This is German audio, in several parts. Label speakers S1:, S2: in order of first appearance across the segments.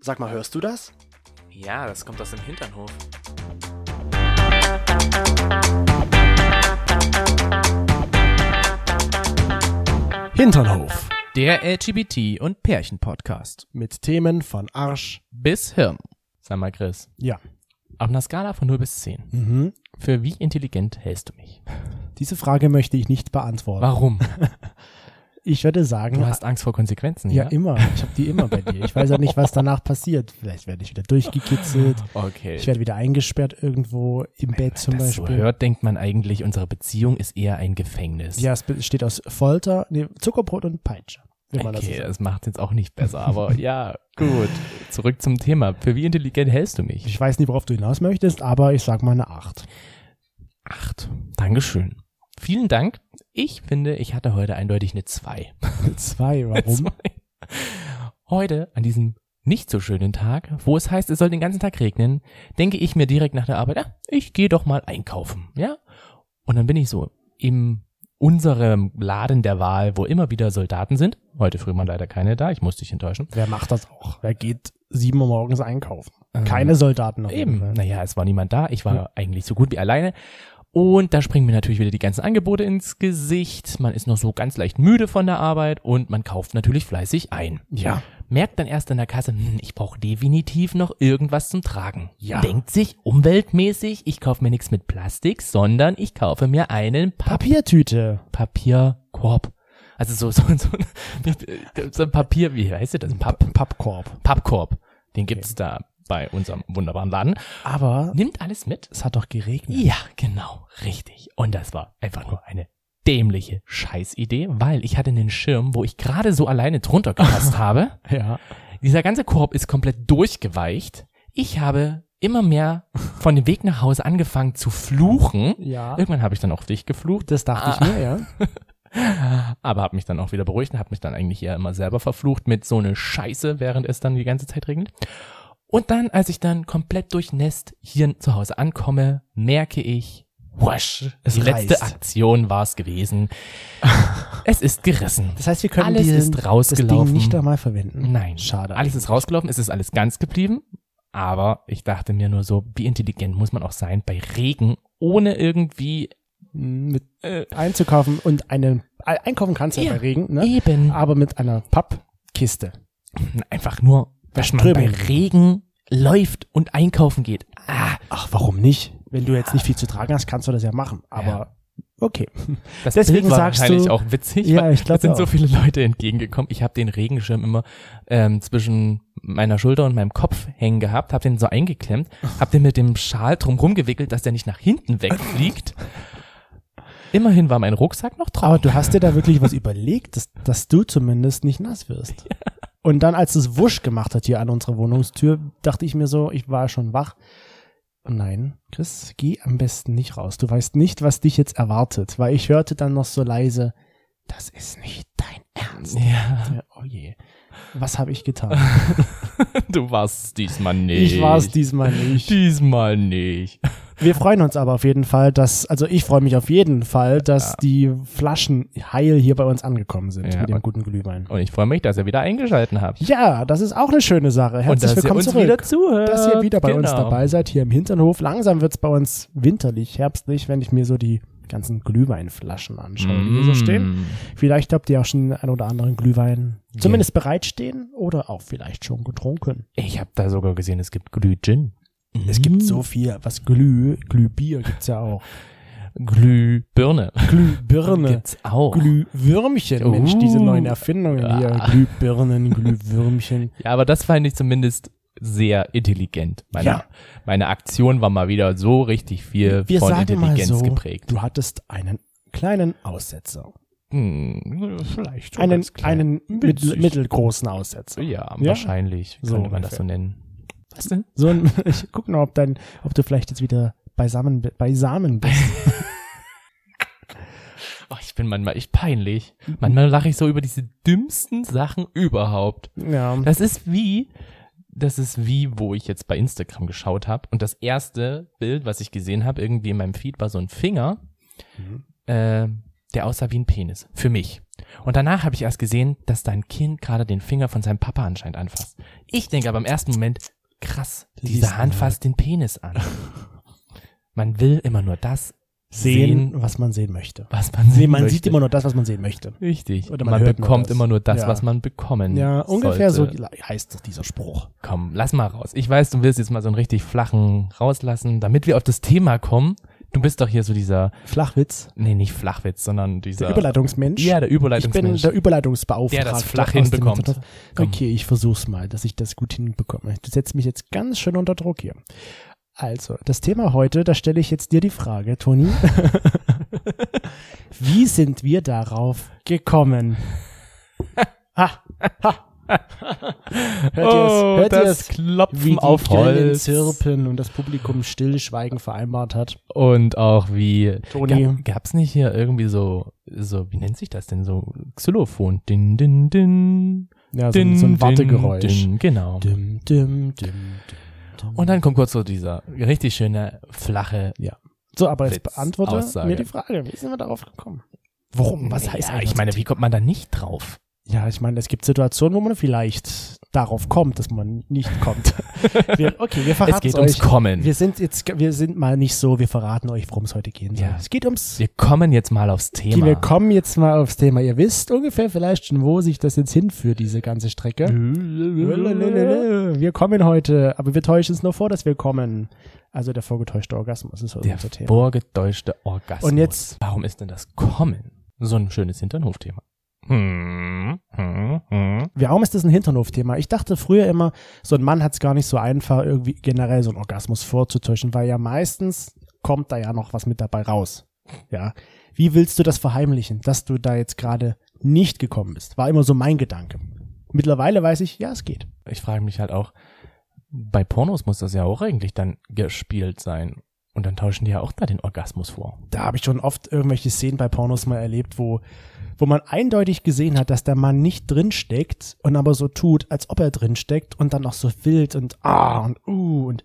S1: Sag mal, hörst du das?
S2: Ja, das kommt aus dem Hinternhof.
S1: Hinternhof.
S3: Der LGBT- und Pärchen-Podcast.
S1: Mit Themen von Arsch.
S3: Bis Hirn. Sag mal, Chris,
S1: Ja.
S3: auf einer Skala von 0 bis 10,
S1: Mhm.
S3: für wie intelligent hältst du mich?
S1: Diese Frage möchte ich nicht beantworten.
S3: Warum?
S1: Ich würde sagen,
S3: Du hast Angst vor Konsequenzen,
S1: ja,
S3: ja?
S1: immer. Ich habe die immer bei dir. Ich weiß ja nicht, was danach passiert. Vielleicht werde ich wieder durchgekitzelt.
S3: Okay.
S1: Ich werde wieder eingesperrt irgendwo im Bett
S3: Wenn
S1: zum
S3: man das so
S1: Beispiel.
S3: hört, denkt man eigentlich, unsere Beziehung ist eher ein Gefängnis.
S1: ja, es steht aus Folter, nee, Zuckerbrot und Peitsche. Wenn man
S3: Okay,
S1: das
S3: das macht jetzt auch nicht besser, aber ja, gut. Zurück zum Thema. Für wie intelligent hältst du mich?
S1: ich weiß nicht, worauf du hinaus möchtest, aber ich sag mal eine Acht.
S3: Acht. Dankeschön. Vielen Dank. Ich finde, ich hatte heute eindeutig eine Zwei.
S1: Zwei, warum?
S3: Zwei. Heute, an diesem nicht so schönen Tag, wo es heißt, es soll den ganzen Tag regnen, denke ich mir direkt nach der Arbeit, ja, ich gehe doch mal einkaufen, ja? Und dann bin ich so im unserem Laden der Wahl, wo immer wieder Soldaten sind. Heute früh waren leider keine da, ich muss dich enttäuschen.
S1: Wer macht das auch? Wer geht sieben Uhr morgens einkaufen?
S3: Ähm,
S1: Keine Soldaten. auf jeden
S3: Eben.
S1: Fall.
S3: Naja, es war niemand da. Ich war eigentlich so gut wie alleine. Und da springen mir natürlich wieder die ganzen Angebote ins Gesicht. Man ist noch so ganz leicht müde von der Arbeit und man kauft natürlich fleißig ein.
S1: Ja.
S3: Merkt dann erst in der Kasse, hm, ich brauche definitiv noch irgendwas zum Tragen.
S1: Ja.
S3: Denkt sich umweltmäßig, ich kaufe mir nichts mit Plastik, sondern ich kaufe mir einen Papp
S1: Papiertüte.
S3: Papierkorb. Also so, so, so, so ein Papier, wie heißt das? Ein Papp,
S1: Pappkorb.
S3: Pappkorb. Den gibt's da bei unserem wunderbaren Laden.
S1: Aber
S3: Nimmt alles mit.
S1: es hat doch geregnet.
S3: Ja, genau, richtig. Und das war einfach nur eine dämliche Scheißidee, weil ich hatte einen Schirm, wo ich gerade so alleine drunter gepasst habe.
S1: Ja.
S3: Dieser ganze Korb ist komplett durchgeweicht. Ich habe immer mehr von dem Weg nach Hause angefangen zu fluchen.
S1: Ja. Ah.
S3: Irgendwann habe ich dann auch auf dich geflucht,
S1: Das dachte ich mir, ja.
S3: aber habe mich dann auch wieder beruhigt und habe mich dann eigentlich eher immer selber verflucht mit so eine Scheiße, während es dann die ganze Zeit regnet. Und dann, als ich dann komplett durchnässt hier zu Hause ankomme, merke ich, wasch,
S1: Es
S3: die letzte
S1: reißt.
S3: Aktion war es gewesen. es ist gerissen.
S1: Das heißt, wir können
S3: Alles
S1: diesen,
S3: ist
S1: das
S3: rausgelaufen.
S1: Ding nicht einmal verwenden.
S3: Nein.
S1: Schade.
S3: Alles ist rausgelaufen, es ist alles ganz geblieben. Aber ich dachte mir nur so, wie intelligent muss man auch sein bei Regen, ohne irgendwie
S1: Also, mm, Mit
S3: äh,
S1: einzukaufen und einen äh, einkaufen kannst du ja
S3: Ja.
S1: bei Regen, ne?
S3: eben
S1: Aber mit einer Pappkiste.
S3: einfach nur, dass man bei
S1: Strömen.
S3: Regen läuft und einkaufen geht. Ah,
S1: Ach, warum nicht? Wenn du jetzt nicht viel zu tragen hast, kannst du das ja machen. Aber
S3: Ja.
S1: okay.
S3: das
S1: Deswegen
S3: Bild war
S1: sagst
S3: wahrscheinlich
S1: du-
S3: auch witzig.
S1: Ja, genau.
S3: weil
S1: ich glaub
S3: Es sind so
S1: auch.
S3: viele Leute entgegengekommen. Ich habe den Regenschirm immer ähm, zwischen meiner Schulter und meinem Kopf hängen gehabt, habe den so eingeklemmt, habe den mit dem Schal drum rumgewickelt, dass der nicht nach hinten wegfliegt. Immerhin war mein Rucksack noch drauf.
S1: Aber du hast dir da wirklich was überlegt, dass, dass du zumindest nicht nass wirst. Und dann, als es wusch gemacht hat hier an unserer Wohnungstür, dachte ich mir so, ich war schon wach. Nein, Chris, geh am besten nicht raus. Du weißt nicht, was dich jetzt erwartet, weil ich hörte dann noch so leise, das ist nicht dein Ernst.
S3: Ja,
S1: Ja, Oh je. Was habe ich getan?
S3: du warst es diesmal nicht.
S1: Ich war es diesmal nicht.
S3: Diesmal nicht.
S1: Wir freuen uns aber auf jeden Fall, dass, also ich freue mich auf jeden Fall, dass die Flaschen heil hier bei uns angekommen sind
S3: Ja,
S1: mit dem
S3: und-
S1: guten Glühwein.
S3: Und ich freue mich, dass ihr wieder eingeschalten habt.
S1: Ja, das ist auch eine schöne Sache.
S3: Und
S1: Herzlich
S3: dass ihr
S1: willkommen
S3: uns
S1: zurück.
S3: wieder zuhört.
S1: dass ihr wieder bei uns
S3: Genau.
S1: dabei seid, hier im Hinternhof. Langsam wird's bei uns winterlich, herbstlich, wenn ich mir so die ganzen Glühweinflaschen anschaue, die hier so stehen.
S3: Mm.
S1: Vielleicht habt ihr auch schon den einen oder anderen Glühwein zumindest bereitstehen oder auch vielleicht schon getrunken.
S3: Ich habe da sogar gesehen, es gibt Glüh-Gin.
S1: Es
S3: Mhm.
S1: gibt so viel, was Glüh, Glühbier gibt's ja auch.
S3: Glühbirne.
S1: Glühbirne,
S3: Gibt's auch.
S1: Glühwürmchen, Mensch, diese
S3: Uh.
S1: neuen Erfindungen hier.
S3: Ah.
S1: Glühbirnen, Glühwürmchen.
S3: ja, aber das fand ich zumindest sehr intelligent. Meine,
S1: Ja.
S3: meine Aktion war mal wieder so richtig viel
S1: Wir
S3: von
S1: sagen mal
S3: Intelligenz
S1: so,
S3: geprägt.
S1: du hattest einen kleinen Aussetzer.
S3: Hm, vielleicht schon
S1: einen,
S3: ganz klein.
S1: einen mittel,
S3: Winzig.
S1: mittelgroßen Aussetzer.
S3: Ja,
S1: Ja.
S3: wahrscheinlich.
S1: So
S3: könnte man das so nennen. Was denn?
S1: So ein, ich guck noch, ob, dein, ob du vielleicht jetzt wieder beisammen, bi- beisammen bist.
S3: Oh, ich bin manchmal echt peinlich. Manchmal lache ich so über diese dümmsten Sachen überhaupt.
S1: Ja.
S3: Das ist wie, das ist wie, wo ich jetzt bei Instagram geschaut habe und das erste Bild, was ich gesehen habe,
S1: Mhm.
S3: irgendwie in meinem Feed war so ein Finger, äh, der aussah wie ein Penis. Für mich. Und danach habe ich erst gesehen, dass dein Kind gerade den Finger von seinem Papa anscheinend anfasst. Ich denke aber im ersten Moment, krass,
S1: Du siehst
S3: diese Hand
S1: mal.
S3: fasst den Penis an. Man will immer nur das,
S1: Sehen,
S3: Sehen.
S1: was man sehen möchte.
S3: was man
S1: Nee,
S3: sieht.
S1: man sieht immer nur das, was man sehen möchte.
S3: Richtig.
S1: Oder
S3: Oder
S1: man
S3: man,
S1: hört nur
S3: bekommt
S1: das.
S3: immer nur das,
S1: Ja.
S3: was man bekommen
S1: Ja, ungefähr
S3: Hm, sollte.
S1: so heißt doch dieser Spruch.
S3: Komm, lass mal raus. Ich weiß, du willst jetzt mal so einen richtig flachen rauslassen, damit wir auf das Thema kommen. Du bist doch hier so dieser,
S1: Flachwitz.
S3: nee, nicht Flachwitz, sondern dieser.
S1: Der Überleitungsmensch.
S3: ja, der
S1: ich bin
S3: Überleitungsmensch.
S1: der Überleitungsbeauftragte.
S3: Der das flach
S1: aus dem
S3: hinbekommt.
S1: Internet.
S3: Komm.
S1: Okay, ich versuch's mal, dass ich das gut hinbekomme. Du setzt mich jetzt ganz schön unter Druck hier. Also, das Thema heute, da stelle ich jetzt dir die Frage, Toni. Wie sind wir darauf gekommen? Ha, ha. Hört ihr es?
S3: oh,
S1: Hört ihr
S3: das
S1: es?
S3: Klopfen
S1: Wie die
S3: auf
S1: Grillen
S3: Holz.
S1: zirpen und das Publikum stillschweigen vereinbart hat.
S3: Und auch wie.
S1: Toni.
S3: Gab, gab's nicht hier irgendwie so, so, wie nennt sich das denn? So Xylophon. Din, din, din.
S1: Ja, Also so,
S3: din
S1: so ein
S3: din,
S1: Wartegeräusch.
S3: Din, genau.
S1: Dim, dim, dim, dim,
S3: Und dann kommt kurz so dieser richtig schöne, flache.
S1: so, aber jetzt
S3: Witz,
S1: beantworte
S3: Aussage.
S1: mir die Frage, wie sind wir darauf gekommen? Hm, Warum? Was heißt
S3: ja,
S1: eigentlich
S3: Ich
S1: das?
S3: meine, wie kommt man da nicht drauf?
S1: Ja, ich meine, es gibt Situationen, wo man vielleicht darauf kommt, dass man nicht kommt. wir, okay, wir verraten
S3: es geht
S1: euch.
S3: ums Kommen.
S1: Wir sind jetzt, wir sind mal nicht so, wir verraten euch, worum es heute gehen soll.
S3: Ja.
S1: Es geht ums
S3: Wir kommen jetzt mal aufs
S1: Die,
S3: Thema.
S1: wir kommen jetzt mal aufs Thema. Ihr wisst ungefähr vielleicht schon, wo sich das jetzt hinführt, diese ganze Strecke. Wir kommen heute, aber wir täuschen es nur vor, dass wir kommen. Also der vorgetäuschte Orgasmus ist heute
S3: Der
S1: unser Thema.
S3: vorgetäuschte Orgasmus.
S1: Und jetzt-
S3: Warum ist denn das Kommen so ein schönes Hinternhofthema? Hm, hm, hm.
S1: Warum ist das ein Hinternhof-Thema? Ich dachte früher immer, so ein Mann hat es gar nicht so einfach, irgendwie generell so einen Orgasmus vorzutäuschen, weil ja meistens kommt da ja noch was mit dabei raus. Ja. Wie willst du das verheimlichen, dass du da jetzt gerade nicht gekommen bist? War immer so mein Gedanke. Mittlerweile weiß ich, ja, es geht.
S3: Ich frage mich halt auch, bei Pornos muss das ja auch eigentlich dann gespielt sein. Und dann tauschen die ja auch da den Orgasmus vor.
S1: da habe ich schon oft irgendwelche Szenen bei Pornos mal erlebt, wo, wo man eindeutig gesehen hat, dass der Mann nicht drin steckt und aber so tut, als ob er drin steckt und dann noch so wild und ah und uh und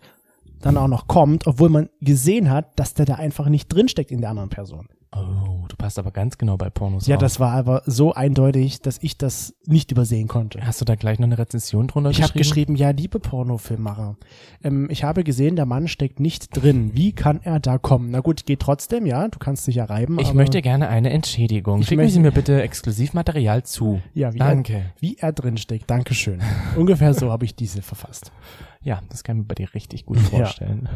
S1: dann auch noch kommt, obwohl man gesehen hat, dass der da einfach nicht drin steckt in der anderen Person.
S3: Oh, du passt aber ganz genau bei Pornos
S1: Ja,
S3: auf.
S1: das war aber so eindeutig, dass ich das nicht übersehen konnte.
S3: Hast du da gleich noch eine Rezension drunter
S1: Ich
S3: geschrieben?
S1: habe geschrieben, ja, liebe Pornofilmmacher, ähm, ich habe gesehen, der Mann steckt nicht drin. Wie kann er da kommen? Na gut, geht trotzdem, ja, du kannst dich ja reiben.
S3: Ich
S1: aber
S3: möchte gerne eine Entschädigung.
S1: Ich
S3: Schicken
S1: möchte-
S3: Sie mir bitte Exklusivmaterial zu.
S1: Ja, wie
S3: Danke.
S1: Er, wie er drinsteckt. Dankeschön. Ungefähr so habe ich diese verfasst.
S3: Ja, das kann ich mir bei dir richtig gut vorstellen.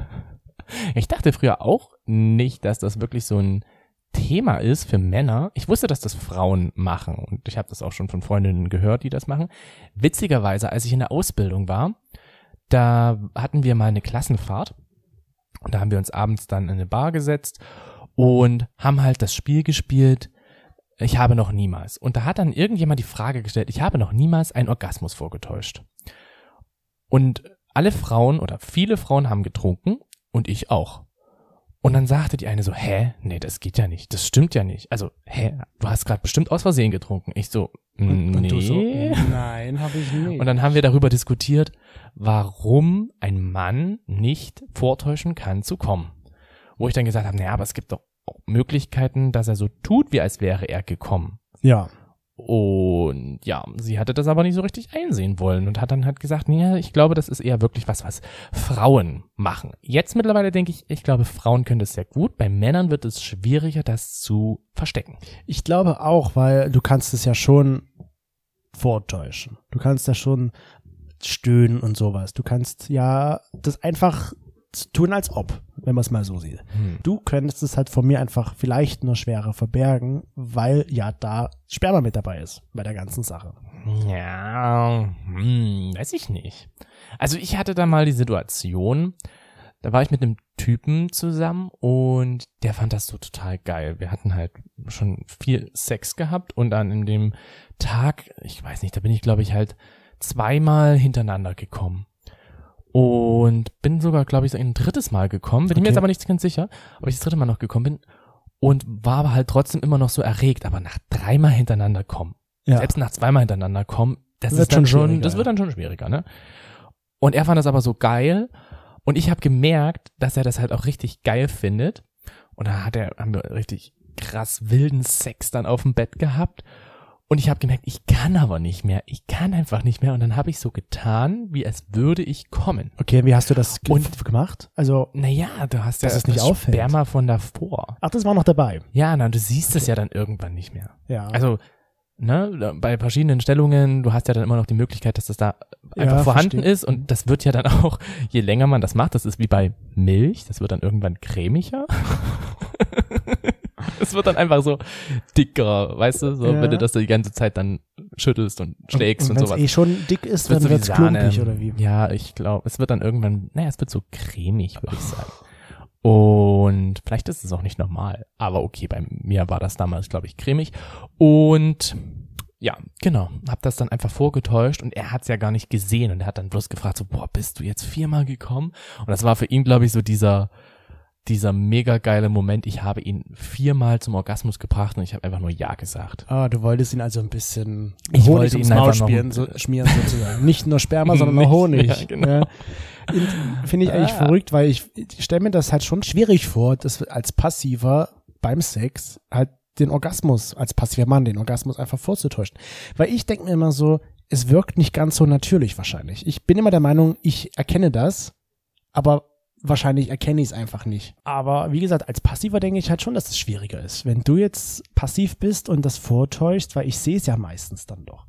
S3: Ich dachte früher auch nicht, dass das wirklich so ein Thema ist für Männer. Ich wusste, dass das Frauen machen und ich habe das auch schon von Freundinnen gehört, die das machen. Witzigerweise, als ich in der Ausbildung war, da hatten wir mal eine Klassenfahrt und da haben wir uns abends dann in eine Bar gesetzt und haben halt das Spiel gespielt. Ich habe noch niemals. Und da hat dann irgendjemand die Frage gestellt, ich habe noch niemals einen Orgasmus vorgetäuscht. Und alle Frauen oder viele Frauen haben getrunken und ich auch. Und dann sagte die eine so, hä? Nee, das geht ja nicht. Das stimmt ja nicht. Also, hä? Du hast gerade bestimmt aus Versehen getrunken. Ich so, nee.
S1: Und du so, mm. nein, habe ich nicht.
S3: Und dann haben wir darüber diskutiert, warum ein Mann nicht vortäuschen kann zu kommen. Wo ich dann gesagt habe, naja, aber es gibt doch auch Möglichkeiten, dass er so tut, wie als wäre er gekommen.
S1: ja,
S3: Und ja, sie hatte das aber nicht so richtig einsehen wollen und hat dann halt gesagt, ja, ich glaube, das ist eher wirklich was, was Frauen machen. Jetzt mittlerweile denke ich, ich glaube, Frauen können das sehr gut. Bei Männern wird es schwieriger, das zu verstecken.
S1: ich glaube auch, weil du kannst es ja schon vortäuschen. Du kannst ja schon stöhnen und sowas. Du kannst ja das einfach tun, als ob, wenn man es mal so sieht. Du könntest es halt von mir einfach vielleicht nur schwerer verbergen, weil ja da Sperma mit dabei ist bei der ganzen Sache.
S3: Ja, hm, weiß ich nicht. Also ich hatte da mal die Situation, da war ich mit einem Typen zusammen und der fand das so total geil. Wir hatten halt schon viel Sex gehabt und dann in dem Tag, ich weiß nicht, da bin ich glaube ich halt zweimal hintereinander gekommen. Und bin sogar, glaube ich, so ein drittes Mal gekommen. Bin ich mir
S1: Okay.
S3: jetzt aber nicht ganz sicher, ob ich das dritte Mal noch gekommen bin. Und war aber halt trotzdem immer noch so erregt, aber nach dreimal hintereinander kommen
S1: Ja.
S3: selbst nach zweimal hintereinander kommen, das
S1: Wird
S3: ist
S1: schon
S3: dann schon,
S1: schwieriger,
S3: das
S1: ja.
S3: wird dann schon schwieriger, ne? Und er fand das aber so geil und ich habe gemerkt, dass er das halt auch richtig geil findet und da hat er haben wir richtig krass wilden Sex dann auf dem Bett gehabt Und ich habe gemerkt, ich kann aber nicht mehr. Ich kann einfach nicht mehr. Und dann habe ich so getan, wie als würde ich kommen.
S1: Okay, wie hast du das ge
S3: Und-
S1: gemacht? Also,
S3: Naja, du hast
S1: Dass
S3: ja
S1: es nicht
S3: das
S1: auffällt.
S3: Sperma von davor.
S1: ach, das war noch dabei.
S3: Ja, na, du siehst es ja dann irgendwann nicht mehr.
S1: Ja.
S3: Also, ne, bei verschiedenen Stellungen, du hast ja dann immer noch die Möglichkeit, dass das da einfach
S1: Ja,
S3: vorhanden
S1: verstehe.
S3: ist und das wird ja dann auch, je länger man das macht, das ist wie bei Milch, das wird dann irgendwann cremiger. Es wird dann einfach so dicker, weißt du, so,
S1: Ja.
S3: wenn du das die ganze Zeit dann schüttelst und schlägst und,
S1: wenn's
S3: sowas.
S1: eh schon dick ist,
S3: Wird
S1: dann
S3: so wie
S1: wird's
S3: Sahne.
S1: klumpig oder wie.
S3: Ja, ich glaube, es wird dann irgendwann, naja, es wird so cremig, würde ich sagen. Und vielleicht ist es auch nicht normal, aber okay, bei mir war das damals, glaube ich, cremig. Und ja, genau, hab das dann einfach vorgetäuscht und er hat's ja gar nicht gesehen und er hat dann bloß gefragt, so, boah, bist du jetzt viermal gekommen? Und das war für ihn, glaube ich, so dieser, dieser mega geile Moment, ich habe ihn viermal zum Orgasmus gebracht und ich habe einfach nur Ja gesagt.
S1: Ah, du wolltest ihn also ein bisschen
S3: Ich
S1: Honig
S3: wollte
S1: ums
S3: ihn
S1: Maul
S3: einfach noch-
S1: spielen, so, schmieren sozusagen. Nicht nur Sperma, sondern auch Honig.
S3: Nicht- ja, genau.
S1: Ja. In- Finde ich eigentlich
S3: Ah.
S1: verrückt, weil ich, ich stelle mir das halt schon schwierig vor, dass als Passiver beim Sex halt den Orgasmus, als passiver Mann den Orgasmus einfach vorzutäuschen. Weil ich denke mir immer so, es wirkt nicht ganz so natürlich wahrscheinlich. Ich bin immer der Meinung, ich erkenne das, aber wahrscheinlich erkenne ich es einfach nicht. Aber wie gesagt, als Passiver denke ich halt schon, dass es schwieriger ist. Wenn du jetzt passiv bist und das vortäuscht, weil ich sehe es ja meistens dann doch.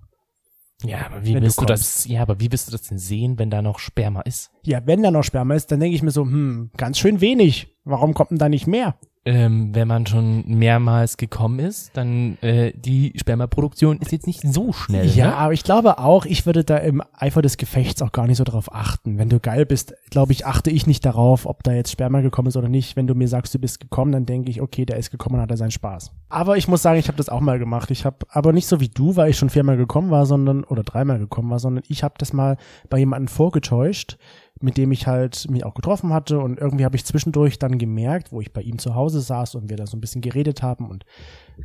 S3: Ja, aber wie
S1: Wenn du
S3: willst du, das, ja, aber wie willst du das denn sehen, wenn da noch Sperma ist?
S1: Ja, wenn da noch Sperma ist, dann denke ich mir so, hm, ganz schön wenig. Warum kommt denn da nicht mehr?
S3: Ähm, wenn man schon mehrmals gekommen ist, dann äh, die Spermaproduktion ist jetzt nicht so schnell.
S1: Ja,
S3: ne?
S1: aber ich glaube auch, ich würde da im Eifer des Gefechts auch gar nicht so drauf achten. Wenn du geil bist, glaube ich, achte ich nicht darauf, ob da jetzt Sperma gekommen ist oder nicht. Wenn du mir sagst, du bist gekommen, dann denke ich, okay, der ist gekommen und hat er seinen Spaß. Aber ich muss sagen, ich habe das auch mal gemacht. Ich habe aber nicht so wie du, weil ich schon viermal gekommen war, sondern oder dreimal gekommen war, sondern ich habe das mal bei jemandem vorgetäuscht, mit dem ich halt mich auch getroffen hatte und irgendwie habe ich zwischendurch dann gemerkt, wo ich bei ihm zu Hause saß und wir da so ein bisschen geredet haben und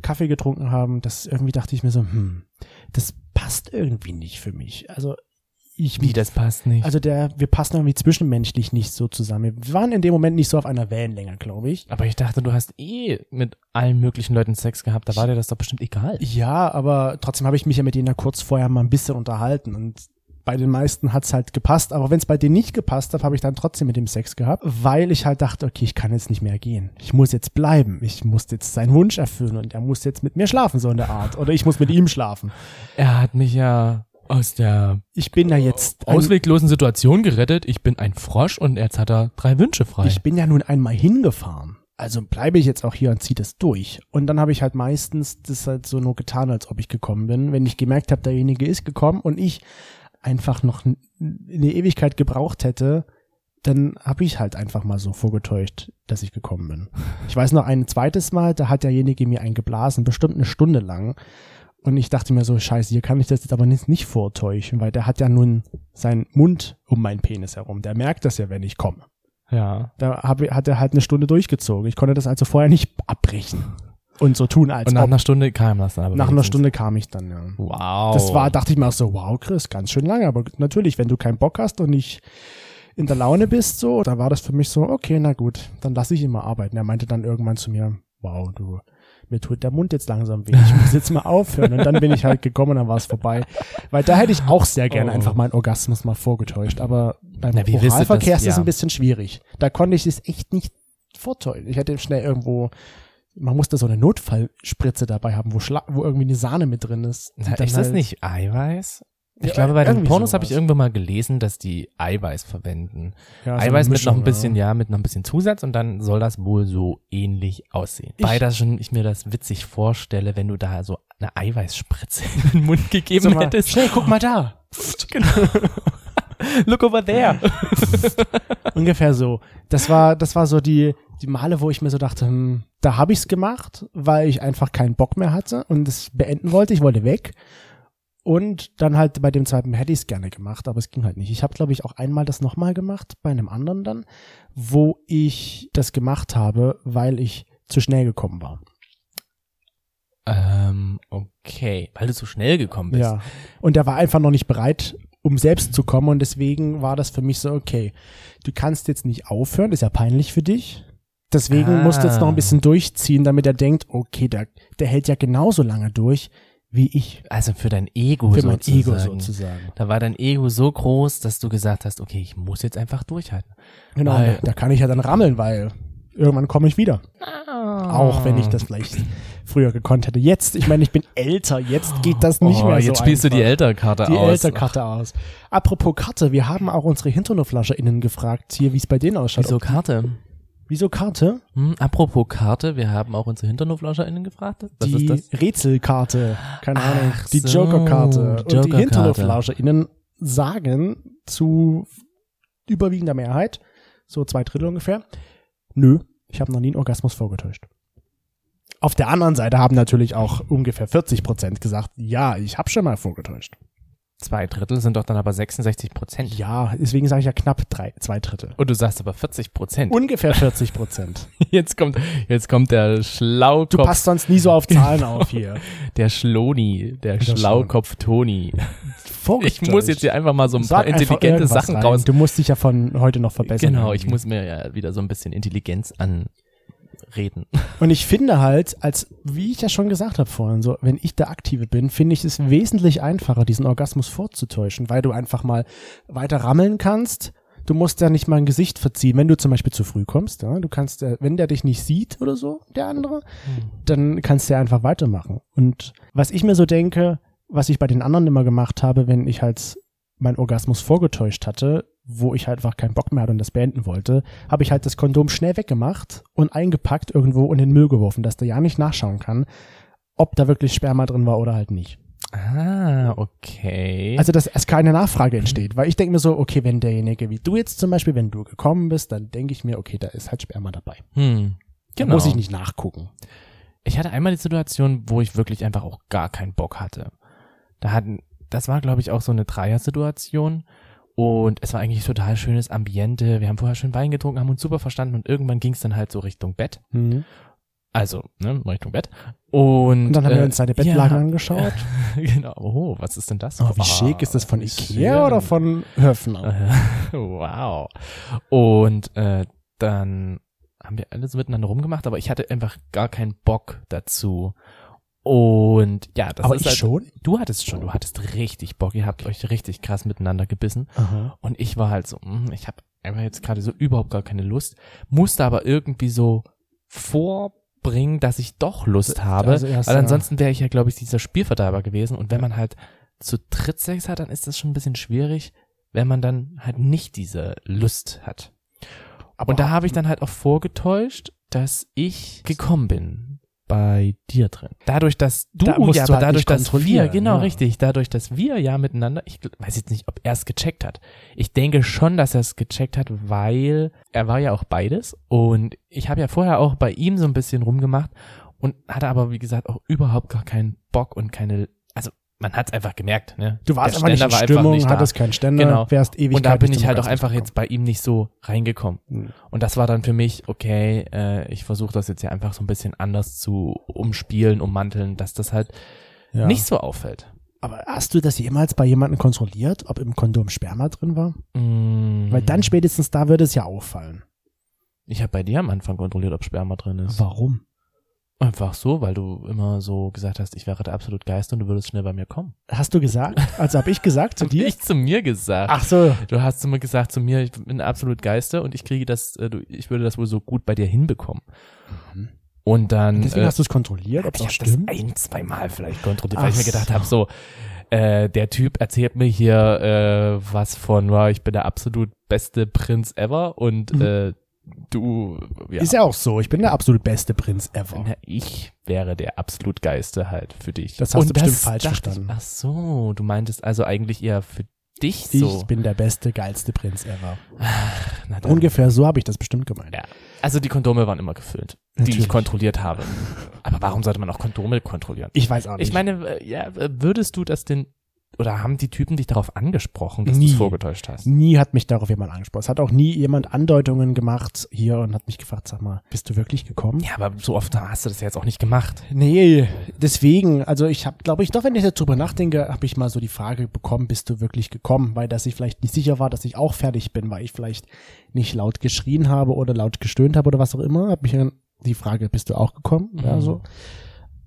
S1: Kaffee getrunken haben, das irgendwie dachte ich mir so, hm, das passt irgendwie nicht für mich. Also ich
S3: Wie, das passt nicht.
S1: also der wir passen irgendwie zwischenmenschlich nicht so zusammen. Wir waren in dem Moment nicht so auf einer Wellenlänge, glaube ich.
S3: aber ich dachte, du hast eh mit allen möglichen Leuten Sex gehabt, da war dir das doch bestimmt egal.
S1: Ja, aber trotzdem habe ich mich ja mit denen ja kurz vorher mal ein bisschen unterhalten und bei den meisten hat's halt gepasst, aber wenn es bei denen nicht gepasst hat, habe ich dann trotzdem mit dem Sex gehabt, weil ich halt dachte, okay, ich kann jetzt nicht mehr gehen. Ich muss jetzt bleiben. Ich muss jetzt seinen Wunsch erfüllen und er muss jetzt mit mir schlafen, so in der Art. Oder ich muss mit ihm schlafen.
S3: Er hat mich ja aus der
S1: Ich bin ja
S3: Äh,
S1: jetzt ein-
S3: ausweglosen Situation gerettet. Ich bin ein Frosch und jetzt hat er drei Wünsche frei.
S1: Ich bin ja nun einmal hingefahren. Also bleibe ich jetzt auch hier und ziehe das durch. Und dann habe ich halt meistens das halt so nur getan, als ob ich gekommen bin. Wenn ich gemerkt habe, derjenige ist gekommen und ich einfach noch n- eine Ewigkeit gebraucht hätte, dann habe ich halt einfach mal so vorgetäuscht, dass ich gekommen bin. Ich weiß noch ein zweites Mal, da hat derjenige mir einen geblasen, bestimmt eine Stunde lang. Und ich dachte mir so, scheiße, hier kann ich das jetzt aber nicht, nicht vortäuschen, weil der hat ja nun seinen Mund um meinen Penis herum. Der merkt das ja, wenn ich komme
S3: ja.
S1: da hab, ich- hat er halt eine Stunde durchgezogen. Ich konnte das also vorher nicht abbrechen und so tun, als
S3: Und nach
S1: ob.
S3: einer Stunde kam das dann aber.
S1: Nach einer
S3: wenigstens.
S1: Stunde kam ich dann, ja.
S3: Wow.
S1: Das war, dachte ich mir auch so, wow, Chris, ganz schön lange. Aber natürlich, wenn du keinen Bock hast und nicht in der Laune bist, so, da war das für mich so, okay, na gut, dann lass ich ihn mal arbeiten. Er meinte dann irgendwann zu mir, wow, du, mir tut der Mund jetzt langsam weh, ich muss jetzt mal aufhören. Und dann bin ich halt gekommen und dann war es vorbei. Weil da hätte ich auch sehr gerne
S3: Oh.
S1: einfach meinen Orgasmus mal vorgetäuscht. Aber beim
S3: Na, wie willst du das?
S1: Oralverkehr ist es
S3: Ja.
S1: ein bisschen schwierig. Da konnte ich es echt nicht vortäuschen. Ich hätte schnell irgendwo man musste so eine Notfallspritze dabei haben, wo, Schla wo irgendwie eine Sahne mit drin ist. die
S3: Na,
S1: dann
S3: ist das
S1: halt-
S3: nicht Eiweiß? Ich
S1: Ja,
S3: glaube, bei den
S1: irgendwie
S3: Pornos habe ich
S1: sowas.
S3: irgendwo mal gelesen, dass die Eiweiß verwenden.
S1: Ja, so eine
S3: Eiweiß mit
S1: Mischung,
S3: noch ein bisschen,
S1: ja.
S3: ja. mit noch ein bisschen Zusatz und dann soll das wohl so ähnlich aussehen.
S1: Ich-
S3: Weil das schon ich mir das witzig vorstelle, wenn du da so eine Eiweißspritze in den Mund gegeben
S1: Sag mal,
S3: hättest. Schnell, guck mal da. genau. Look over there.
S1: Ungefähr so. Das war, das war so die, die Male, wo ich mir so dachte, hm, da habe ich's gemacht, weil ich einfach keinen Bock mehr hatte und es beenden wollte. Ich wollte weg. Und dann halt bei dem zweiten hätte ich's gerne gemacht, aber es ging halt nicht. Ich habe, glaube ich, auch einmal das nochmal gemacht, bei einem anderen dann, wo ich das gemacht habe, weil ich zu schnell gekommen war.
S3: ähm, okay. Weil du zu schnell gekommen bist.
S1: Ja. Und er war einfach noch nicht bereit, um selbst zu kommen. Und deswegen war das für mich so, okay, du kannst jetzt nicht aufhören, ist ja peinlich für dich. Deswegen musst du jetzt noch
S3: Ah.
S1: ein bisschen durchziehen, damit er denkt, okay, der, der hält ja genauso lange durch. wie ich.
S3: Also für dein Ego
S1: Für mein
S3: sozusagen.
S1: Ego sozusagen.
S3: Da war dein Ego so groß, dass du gesagt hast, okay, ich muss jetzt einfach durchhalten.
S1: Genau,
S3: Weil-
S1: da kann ich ja dann rammeln, weil irgendwann komme ich wieder.
S3: Ah.
S1: Auch wenn ich das vielleicht früher gekonnt hätte. Jetzt, ich meine, ich bin älter, jetzt geht das nicht
S3: oh,
S1: mehr so
S3: jetzt spielst
S1: einfach.
S3: du die Elternkarte
S1: die
S3: aus.
S1: Elterkarte aus. Apropos Karte, wir haben auch unsere HinternoflascherInnen gefragt, hier, wie es bei denen ausschaut.
S3: Wieso Karte?
S1: Wieso Karte?
S3: Hm, apropos Karte, wir haben auch unsere HinternoflauscherInnen gefragt. Was
S1: die
S3: ist das?
S1: Rätselkarte, keine Ahnung,
S3: Ach
S1: die
S3: so,
S1: Joker-Karte.
S3: die
S1: Und die
S3: Joker-Karte.
S1: HinternoflauscherInnen sagen zu überwiegender Mehrheit, so zwei Drittel ungefähr, nö, ich habe noch nie einen Orgasmus vorgetäuscht. Auf der anderen Seite haben natürlich auch ungefähr 40 Prozent gesagt, ja, ich habe schon mal vorgetäuscht.
S3: Zwei Drittel sind doch dann aber 66 Prozent.
S1: Ja, deswegen sage ich ja knapp drei, zwei Drittel.
S3: Und du sagst aber 40 Prozent.
S1: Ungefähr 40 Prozent.
S3: Jetzt kommt, jetzt kommt der Schlaukopf,
S1: Du passt sonst nie so auf Zahlen auf hier.
S3: der Schloni, der
S1: Wieder
S3: Schlaukopf Toni. Ich
S1: Vorgetäuscht.
S3: muss jetzt hier einfach mal so ein
S1: Sag
S3: paar
S1: einfach
S3: intelligente
S1: irgendwas
S3: Sachen
S1: rein.
S3: raus.
S1: Du musst dich ja von heute noch verbessern.
S3: Genau, ich muss mir ja wieder so ein bisschen Intelligenz anreden.
S1: Und ich finde halt, als wie ich ja schon gesagt habe vorhin, so wenn ich der Aktive bin, finde ich es wesentlich einfacher, diesen Orgasmus vorzutäuschen, weil du einfach mal weiter rammeln kannst. Du musst ja nicht mal ein Gesicht verziehen, wenn du zum Beispiel zu früh kommst. Ja? Du kannst, äh, wenn der dich nicht sieht oder so, der andere,
S3: Hm.
S1: dann kannst du ja einfach weitermachen. Und was ich mir so denke, was ich bei den anderen immer gemacht habe, wenn ich halt meinen Orgasmus vorgetäuscht hatte, wo ich halt einfach keinen Bock mehr hatte und das beenden wollte, habe ich halt das Kondom schnell weggemacht und eingepackt irgendwo und in den Müll geworfen, dass der ja nicht nachschauen kann, ob da wirklich Sperma drin war oder halt nicht.
S3: Ah, okay.
S1: Also, dass erst keine Nachfrage entsteht, weil ich denke mir so, okay, wenn derjenige wie du jetzt zum Beispiel, wenn du gekommen bist, dann denke ich mir, okay, da ist halt Sperma dabei.
S3: hm.
S1: Da
S3: Genau.
S1: muss ich nicht nachgucken.
S3: Ich hatte einmal die Situation, wo ich wirklich einfach auch gar keinen Bock hatte. Da hatten, das war glaube ich auch so eine Dreier-Situation und es war eigentlich total schönes Ambiente. Wir haben vorher schön Wein getrunken, haben uns super verstanden und irgendwann ging es dann halt so Richtung Bett.
S1: Mhm.
S3: Also, ne, Richtung Bett. Und,
S1: Und dann haben wir
S3: äh,
S1: uns seine Bettlaken
S3: ja,
S1: angeschaut.
S3: Genau. Oh, was ist denn das?
S1: Oh, wie schick ist das von
S3: wie
S1: Ikea
S3: schön.
S1: oder von Höfner?
S3: Äh, wow. Und äh, dann haben wir alle so miteinander rumgemacht, aber ich hatte einfach gar keinen Bock dazu. Und ja, das
S1: Aber
S3: ist
S1: ich
S3: halt,
S1: schon.
S3: du hattest schon, du hattest richtig Bock, ihr habt euch richtig krass miteinander gebissen. Und ich war halt so, mm, ich habe einfach jetzt gerade so überhaupt gar keine Lust, musste aber irgendwie so vorbringen, dass ich doch Lust habe.
S1: also erst,
S3: weil
S1: ja.
S3: ansonsten wäre ich ja, glaube ich, dieser Spielverderber gewesen. Und wenn man halt zu dritt Sex hat, dann ist das schon ein bisschen schwierig, wenn man dann halt nicht diese Lust hat.
S1: Aber
S3: Und da habe ich dann halt auch vorgetäuscht, dass ich gekommen bin bei dir drin. Dadurch, dass du
S1: Da musst
S3: ja,
S1: du
S3: aber
S1: halt
S3: dadurch,
S1: nicht
S3: dass wir,
S1: kontrollieren,
S3: genau
S1: ja.
S3: richtig, dadurch, dass wir ja miteinander, ich gl- weiß jetzt nicht, ob er es gecheckt hat. Ich denke schon, dass er es gecheckt hat, weil er war ja auch beides und ich habe ja vorher auch bei ihm so ein bisschen rumgemacht und hatte aber wie gesagt auch überhaupt gar keinen Bock und keine, also man hat es einfach gemerkt. Ne?
S1: du warst
S3: Der
S1: aber nicht in
S3: Ständer war einfach
S1: Stimmung,
S3: nicht da.
S1: hattest keinen Ständer,
S3: Genau.
S1: wärst ewig
S3: Und da bin ich halt auch einfach jetzt bei ihm nicht so reingekommen.
S1: Mhm.
S3: Und das war dann für mich, okay, äh, ich versuche das jetzt ja einfach so ein bisschen anders zu umspielen, ummanteln, dass das halt
S1: ja.
S3: nicht so auffällt.
S1: Aber hast du das jemals bei jemandem kontrolliert, ob im Kondom Sperma drin war?
S3: Mm.
S1: Weil dann spätestens da würde es ja auffallen.
S3: Ich habe bei dir am Anfang kontrolliert, ob Sperma drin ist.
S1: Warum?
S3: Einfach so, weil du immer so gesagt hast, ich wäre der absolut Geist und du würdest schnell bei mir kommen.
S1: Hast du gesagt? Also habe ich gesagt zu
S3: Hab
S1: dir?
S3: Ich zu mir gesagt.
S1: Ach so.
S3: Du hast immer gesagt zu mir, ich bin absolut Geister und ich kriege das, äh, du, ich würde das wohl so gut bei dir hinbekommen. Und dann.
S1: Mhm. Deswegen
S3: äh,
S1: hast du es kontrolliert, ob es
S3: Ich
S1: auch
S3: habe das
S1: stimmt?
S3: ein, zweimal vielleicht kontrolliert, weil
S1: Ach
S3: ich mir gedacht habe, so, äh, der Typ erzählt mir hier äh, was von, wow, ich bin der absolut beste Prinz ever und
S1: Mhm.
S3: äh, du, ja,
S1: Ist ja auch so. Ich bin der absolut beste Prinz ever.
S3: na, ich wäre der absolut Geiste halt für dich.
S1: Das hast
S3: und
S1: du bestimmt falsch
S3: dachte
S1: verstanden.
S3: Ich, ach so, du meintest also eigentlich eher für dich so.
S1: Ich bin der beste, geilste Prinz ever.
S3: Na dann.
S1: Ungefähr so habe ich das bestimmt gemeint.
S3: Ja. Also die Kondome waren immer gefüllt, die
S1: Natürlich.
S3: ich kontrolliert habe. Aber warum sollte man auch Kondome kontrollieren?
S1: Ich weiß auch nicht.
S3: Ich meine, äh, ja, würdest du das denn oder haben die Typen dich darauf angesprochen, dass du
S1: Nie.
S3: es vorgetäuscht hast?
S1: Nie hat mich darauf jemand angesprochen. Es hat auch nie jemand Andeutungen gemacht hier und hat mich gefragt, sag mal, bist du wirklich gekommen?
S3: Ja, aber so oft hast du das ja jetzt auch nicht gemacht.
S1: Nee, deswegen, also ich habe, glaube ich, doch wenn ich jetzt drüber nachdenke, habe ich mal so die Frage bekommen, bist du wirklich gekommen? Weil dass ich vielleicht nicht sicher war, dass ich auch fertig bin, weil ich vielleicht nicht laut geschrien habe oder laut gestöhnt habe oder was auch immer, habe mich dann die Frage, bist du auch gekommen? Ja,
S3: Mhm.
S1: so.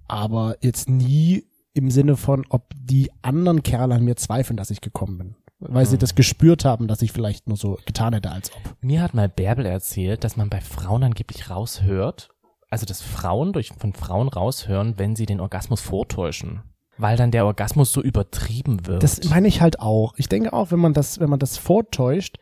S1: Aber jetzt nie im Sinne von, ob die anderen Kerle an mir zweifeln, dass ich gekommen bin. Weil sie das gespürt haben, dass ich vielleicht nur so getan hätte, als ob.
S3: Mir hat mal Bärbel erzählt, dass man bei Frauen angeblich raushört, also dass Frauen durch, von Frauen raushören, wenn sie den Orgasmus vortäuschen. Weil dann der Orgasmus so übertrieben wird.
S1: Das meine ich halt auch. Ich denke auch, wenn man das, wenn man das vortäuscht,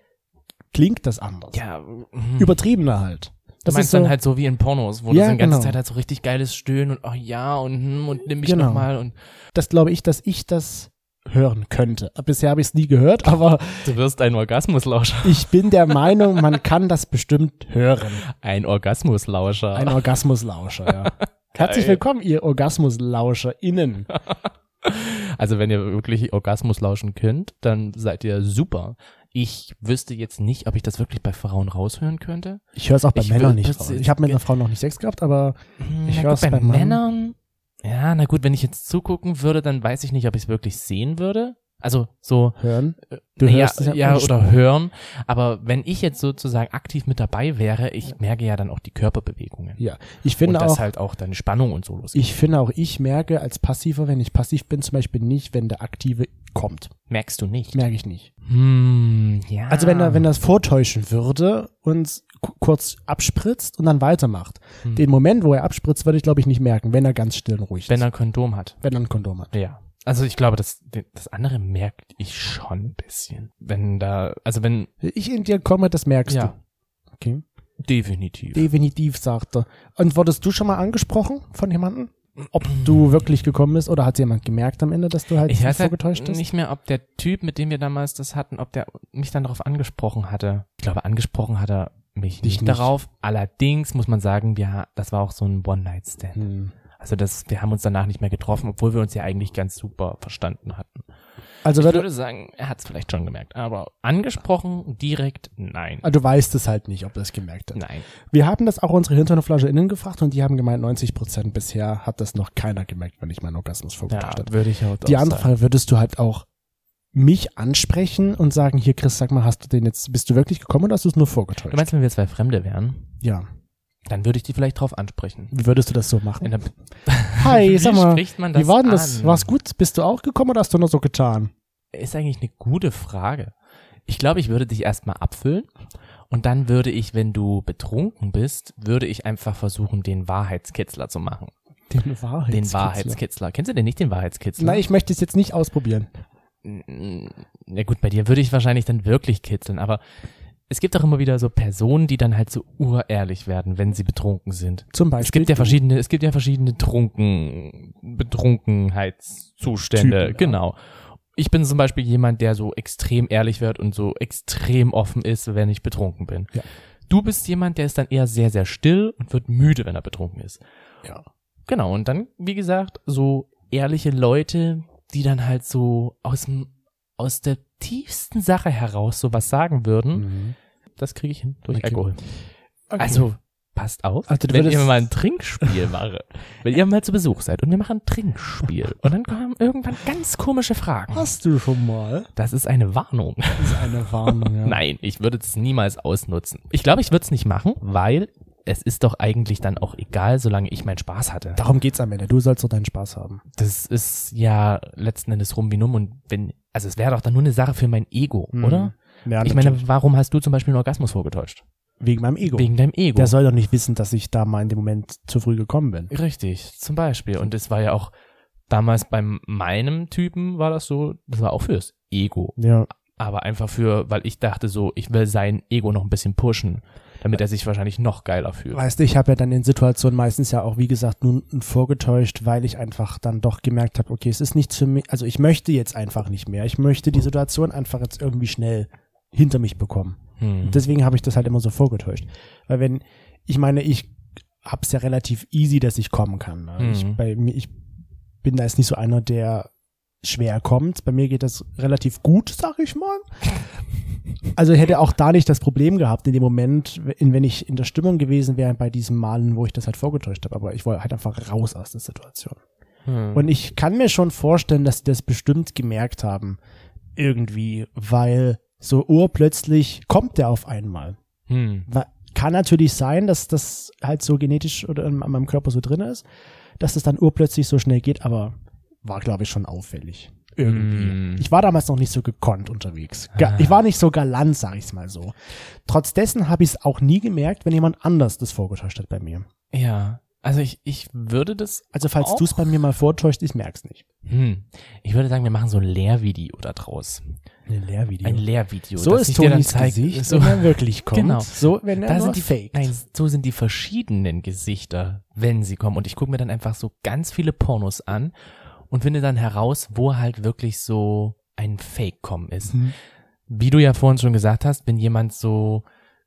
S1: klingt das anders.
S3: ja, mhm.
S1: Übertriebener halt.
S3: du
S1: Das
S3: meinst
S1: ist so,
S3: dann halt so wie in Pornos, wo
S1: Ja,
S3: du so die ganze
S1: genau.
S3: Zeit halt so richtig geiles Stöhnen und oh ja und, hm, und nimm mich
S1: Genau.
S3: nochmal und
S1: das glaube ich, dass ich das hören könnte. Bisher habe ich es nie gehört, aber
S3: du wirst ein Orgasmuslauscher.
S1: ich bin der Meinung, man kann das bestimmt hören.
S3: Ein Orgasmuslauscher.
S1: Ein Orgasmuslauscher, ja. Herzlich willkommen, ihr OrgasmuslauscherInnen.
S3: Also wenn ihr wirklich Orgasmus lauschen könnt, dann seid ihr super. Ich wüsste jetzt nicht, ob ich das wirklich bei Frauen raushören könnte.
S1: Ich höre es auch bei
S3: Ich
S1: Männern
S3: will-
S1: nicht.
S3: das-
S1: raus. Ich habe mit einer Frau noch nicht Sex gehabt, aber
S3: Hm,
S1: Ich
S3: na
S1: hör's
S3: gut, bei,
S1: bei Mann.
S3: Männern. Ja, na gut, wenn ich jetzt zugucken würde, dann weiß ich nicht, ob ich es wirklich sehen würde. Also so,
S1: hören. Du
S3: Äh, ja,
S1: hörst es ja
S3: ja,
S1: auch schon.
S3: oder hören. Aber wenn ich jetzt sozusagen aktiv mit dabei wäre, ich merke ja dann auch die Körperbewegungen.
S1: Ja. Ich
S3: und
S1: finde
S3: dass
S1: auch,
S3: halt auch deine Spannung und so losgeht.
S1: ich finde auch, ich merke als Passiver, wenn ich passiv bin, zum Beispiel nicht, wenn der Aktive kommt.
S3: Merkst du nicht.
S1: Merke ich nicht.
S3: Hm, ja.
S1: Also wenn er, wenn er es vortäuschen würde und ku- kurz abspritzt und dann weitermacht.
S3: Hm.
S1: Den Moment, wo er abspritzt, würde ich glaube ich nicht merken, wenn er ganz still und ruhig
S3: wenn
S1: ist.
S3: er ein Kondom hat.
S1: Wenn er ein Kondom hat.
S3: Ja. Also ich glaube, das, das andere merkt ich schon ein bisschen. Wenn da, also wenn,
S1: Ich in dir komme, das merkst
S3: Ja.
S1: du. Okay.
S3: definitiv.
S1: Definitiv, sagt er. Und wurdest du schon mal angesprochen von jemandem? Ob du wirklich gekommen bist oder hat jemand gemerkt am Ende, dass du halt
S3: Hm. ich weiß
S1: vorgetäuscht
S3: halt
S1: hast?
S3: nicht mehr, ob der Typ, mit dem wir damals das hatten, ob der mich dann darauf angesprochen hatte. Ich glaube, angesprochen hat er mich
S1: Dich
S3: nicht,
S1: nicht.
S3: darauf. Allerdings muss man sagen, ja, das war auch so ein One-Night-Stand.
S1: Hm.
S3: Also das, wir haben uns danach nicht mehr getroffen, obwohl wir uns ja eigentlich ganz super verstanden hatten.
S1: Also
S3: Ich
S1: wenn du,
S3: würde sagen, er hat es vielleicht schon gemerkt, aber angesprochen direkt, nein.
S1: ah, du weißt es halt nicht, ob das gemerkt hat.
S3: Nein.
S1: Wir haben das auch unsere Hinterhoflasche innen gefragt und die haben gemeint, 90 Prozent bisher hat das noch keiner gemerkt, wenn ich meinen Orgasmus
S3: Ja,
S1: vorgetäuscht habe.
S3: würde ich auch
S1: Die
S3: auch
S1: andere
S3: sagen.
S1: Frage, würdest du halt auch mich ansprechen und sagen, hier Chris, sag mal, hast du den jetzt, bist du wirklich gekommen oder hast du es nur vorgetäuscht?
S3: Du meinst, wenn wir zwei Fremde wären,
S1: ja.
S3: dann würde ich die vielleicht drauf ansprechen.
S1: Wie würdest du das so machen?
S3: In der,
S1: Hi, sag mal,
S3: spricht man das
S1: wie war denn das?
S3: an?
S1: War's gut? Bist du auch gekommen oder hast du nur so getan?
S3: Ist eigentlich eine gute Frage. Ich glaube, ich würde dich erstmal abfüllen und dann würde ich, wenn du betrunken bist, würde ich einfach versuchen, den Wahrheitskitzler zu machen.
S1: Den Wahrheitskitzler.
S3: Den Wahrheitskitzler. Kennst du den nicht, den Wahrheitskitzler? Hm,
S1: Nein, ich möchte es jetzt nicht ausprobieren.
S3: Na gut, bei dir würde ich wahrscheinlich dann wirklich kitzeln, aber es gibt auch immer wieder so Personen, die dann halt so urehrlich werden, wenn sie betrunken sind.
S1: Zum Beispiel.
S3: Es gibt ja
S1: du.
S3: verschiedene, es gibt ja verschiedene Trunken, Betrunkenheitszustände,
S1: Typen, ja.
S3: genau. Ich bin zum Beispiel jemand, der so extrem ehrlich wird und so extrem offen ist, wenn ich betrunken bin.
S1: Ja.
S3: Du bist jemand, der ist dann eher sehr, sehr still und wird müde, wenn er betrunken ist.
S1: Ja.
S3: Genau, und dann, wie gesagt, so ehrliche Leute, die dann halt so aus, dem, aus der tiefsten Sache heraus sowas sagen würden,
S1: Mhm.
S3: das kriege ich hin durch
S1: Okay.
S3: Alkohol.
S1: Okay.
S3: Also, passt auf,
S1: Also, du
S3: wenn ihr
S1: würdest-
S3: mal ein Trinkspiel mache. wenn ihr mal zu Besuch seid und wir machen ein Trinkspiel und dann kommen irgendwann ganz komische Fragen.
S1: Hast du schon mal?
S3: Das ist eine Warnung.
S1: Das ist eine Warnung, ja.
S3: Nein, ich würde es niemals ausnutzen. Ich glaube, ich würde es nicht machen, weil es ist doch eigentlich dann auch egal, solange ich meinen Spaß hatte.
S1: Darum geht's am Ende. Du sollst doch deinen Spaß haben.
S3: Das ist ja letzten Endes rum wie numm und wenn, also es wäre doch dann nur eine Sache für mein Ego, oder?
S1: Mhm. Ja,
S3: Ich meine, warum hast du zum Beispiel einen Orgasmus vorgetäuscht?
S1: wegen meinem Ego.
S3: Wegen deinem Ego.
S1: Der soll doch nicht wissen, dass ich da mal in dem Moment zu früh gekommen bin.
S3: Richtig, zum Beispiel. Und es war ja auch damals bei meinem Typen war das so, das war auch fürs Ego.
S1: Ja.
S3: Aber einfach für, weil ich dachte so, ich will sein Ego noch ein bisschen pushen, damit er sich wahrscheinlich noch geiler fühlt.
S1: Weißt du, ich habe ja dann in Situationen meistens ja auch, wie gesagt, nun vorgetäuscht, weil ich einfach dann doch gemerkt habe, okay, es ist nichts für mich, also ich möchte jetzt einfach nicht mehr. Ich möchte die Situation einfach jetzt irgendwie schnell hinter mich bekommen.
S3: Hm.
S1: Und deswegen habe ich das halt immer so vorgetäuscht. Weil wenn, ich meine, ich hab's ja relativ easy, dass ich kommen kann. Ne?
S3: Mhm.
S1: Ich, bei mir, ich bin da jetzt nicht so einer, der schwer kommt. Bei mir geht das relativ gut, sag ich mal. Also ich hätte auch da nicht das Problem gehabt in dem Moment, in, wenn ich in der Stimmung gewesen wäre bei diesen Malen, wo ich das halt vorgetäuscht habe. Aber ich wollte halt einfach raus aus der Situation.
S3: Hm.
S1: Und ich kann mir schon vorstellen, dass die das bestimmt gemerkt haben. Irgendwie, weil so urplötzlich kommt der auf einmal.
S3: Hm.
S1: Wa- Kann natürlich sein, dass das halt so genetisch oder in meinem Körper so drin ist, dass es dann urplötzlich so schnell geht, aber war, glaube ich, schon auffällig. Irgendwie.
S3: Mm.
S1: Ich war damals noch nicht so gekonnt unterwegs. Ga-
S3: Ah.
S1: Ich war nicht so galant, sag ich's mal so. Trotz dessen habe ich es auch nie gemerkt, wenn jemand anders das vorgetäuscht hat bei mir.
S3: Ja. Also ich, ich würde das,
S1: Also falls
S3: Auch?
S1: du es bei mir mal vortäuscht, ich merk's nicht.
S3: hm, ich würde sagen, wir machen so ein Lehrvideo da draus.
S1: Ein Lehrvideo.
S3: Ein Lehrvideo.
S1: so
S3: das ich
S1: ist
S3: dir dann
S1: Tonis
S3: zeig-
S1: Gesicht,
S3: So,
S1: wenn er wirklich kommt.
S3: Genau.
S1: So, wenn er
S3: da
S1: nur
S3: sind die,
S1: faked.
S3: nein, so sind die verschiedenen Gesichter, wenn sie kommen. Und ich gucke mir dann einfach so ganz viele Pornos an und finde dann heraus, wo halt wirklich so ein Fake-Com ist.
S1: Hm.
S3: Wie du ja vorhin schon gesagt hast, wenn jemand so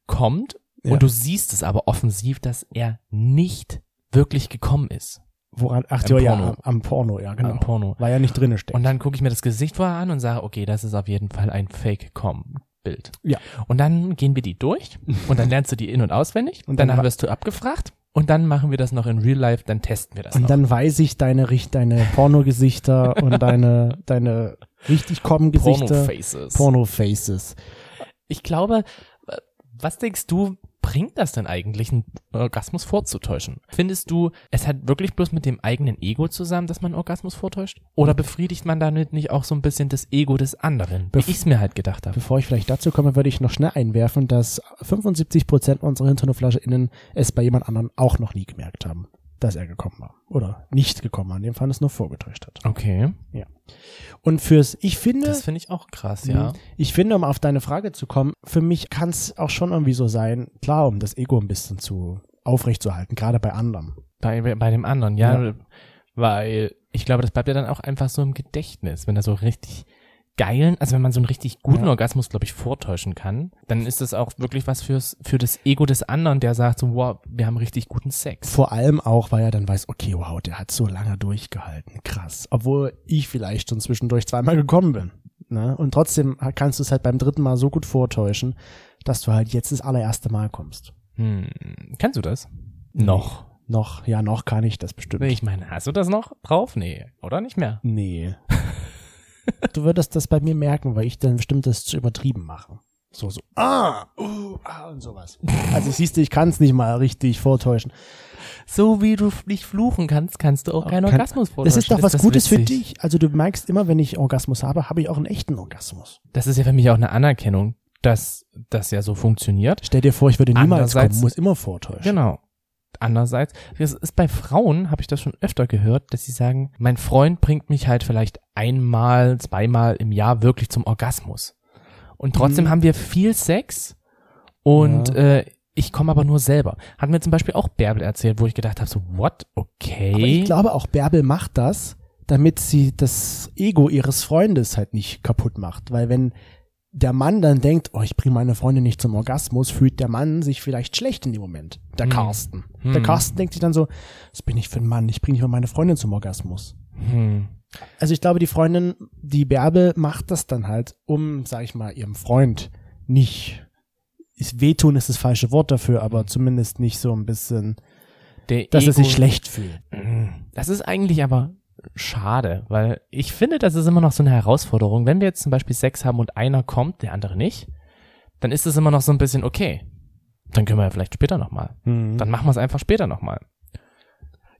S3: kommt
S1: Ja.
S3: und du siehst es aber offensiv, dass er nicht wirklich gekommen ist
S1: Woran, ach,
S3: Ein
S1: ja, ja,
S3: Porno.
S1: am, am Porno, ja, genau.
S3: am Porno.
S1: War ja nicht drinne steckt.
S3: Und dann gucke ich mir das Gesicht vorher an und sage, okay, das ist auf jeden Fall ein Fake-Com-Bild.
S1: Ja.
S3: Und dann gehen wir die durch und dann lernst du die in- und auswendig
S1: Und
S3: und
S1: dann
S3: danach
S1: ma-
S3: wirst du abgefragt und dann machen wir das noch in Real Life, dann testen wir das
S1: Und
S3: noch.
S1: dann weiß ich deine, richt- deine Pornogesichter und deine, deine richtig kommen Gesichter.
S3: Porno-Faces.
S1: Porno-Faces.
S3: ich glaube, äh, was denkst du, bringt das denn eigentlich, einen Orgasmus vorzutäuschen? Findest du, es hat wirklich bloß mit dem eigenen Ego zusammen, dass man einen Orgasmus vortäuscht? Oder befriedigt man damit nicht auch so ein bisschen das Ego des anderen? Wie
S1: Bef-
S3: ich es mir halt gedacht habe.
S1: Bevor ich vielleicht dazu komme, würde ich noch schnell einwerfen, dass 75% unserer HinternoflascherInnen es bei jemand anderem auch noch nie gemerkt haben, dass er gekommen war. Oder nicht gekommen war, in dem Fall es nur vorgetäuscht hat.
S3: Okay.
S1: Und fürs, ich finde,
S3: Das finde ich auch krass, ja.
S1: Ich finde, um auf deine Frage zu kommen, für mich kann es auch schon irgendwie so sein, klar, um das Ego ein bisschen zu aufrechtzuerhalten, gerade bei anderen.
S3: Bei, bei dem anderen, ja.
S1: Ja.
S3: Weil ich glaube, das bleibt ja dann auch einfach so im Gedächtnis, wenn er so richtig geilen, also wenn man so einen richtig guten
S1: Ja.
S3: Orgasmus, glaube ich, vortäuschen kann, dann ist das auch wirklich was fürs, für das Ego des anderen, der sagt so, wow, wir haben richtig guten Sex.
S1: Vor allem auch, weil er dann weiß, okay, wow, der hat so lange durchgehalten, krass. Obwohl ich vielleicht schon zwischendurch zweimal gekommen bin. Ne? Und trotzdem kannst du es halt beim dritten Mal so gut vortäuschen, dass du halt jetzt das allererste Mal kommst.
S3: Hm, kannst du das? Noch.
S1: Noch, ja, noch kann ich das bestimmt.
S3: Ich meine, hast du das noch drauf? Nee, oder nicht mehr?
S1: Nee. du würdest das bei mir merken, weil ich dann bestimmt das zu übertrieben mache. So, so, ah, uh, ah und sowas. Also siehst du, ich kann es nicht mal richtig vortäuschen.
S3: So wie du f- nicht fluchen kannst, kannst du auch keinen
S1: Kann-
S3: Orgasmus vortäuschen.
S1: Das ist doch was Gutes für
S3: witzig?
S1: dich. Also du merkst immer, wenn ich Orgasmus habe, habe ich auch einen echten Orgasmus.
S3: Das ist ja für mich auch eine Anerkennung, dass das ja so funktioniert.
S1: Stell dir vor, ich würde niemals
S3: Andererseits-
S1: kommen, muss immer vortäuschen.
S3: Genau. Andererseits, das ist bei Frauen, habe ich das schon öfter gehört, dass sie sagen, mein Freund bringt mich halt vielleicht einmal, zweimal im Jahr wirklich zum Orgasmus. Und trotzdem
S1: Mhm.
S3: haben wir viel Sex und
S1: Ja.
S3: äh, ich komme aber nur selber. Hat mir zum Beispiel auch Bärbel erzählt, wo ich gedacht habe, so, what? Okay.
S1: Aber ich glaube auch, Bärbel macht das, damit sie das Ego ihres Freundes halt nicht kaputt macht. Weil wenn der Mann dann denkt, oh, ich bringe meine Freundin nicht zum Orgasmus, fühlt der Mann sich vielleicht schlecht in dem Moment. Der
S3: Hm.
S1: Carsten.
S3: Hm.
S1: Der Carsten denkt sich dann so, was bin ich für ein Mann? Ich bringe nicht mal meine Freundin zum Orgasmus.
S3: hm.
S1: Also ich glaube, die Freundin, die Bärbel macht das dann halt, um, sag ich mal, ihrem Freund nicht ist wehtun ist das falsche Wort dafür, aber zumindest nicht so ein bisschen,
S3: Der
S1: dass er
S3: Ego-
S1: sich schlecht fühlt.
S3: Das ist eigentlich aber schade, weil ich finde, das ist immer noch so eine Herausforderung. Wenn wir jetzt zum Beispiel Sex haben und einer kommt, der andere nicht, dann ist es immer noch so ein bisschen okay. Dann können wir ja vielleicht später nochmal.
S1: Mhm.
S3: Dann machen wir es einfach später nochmal.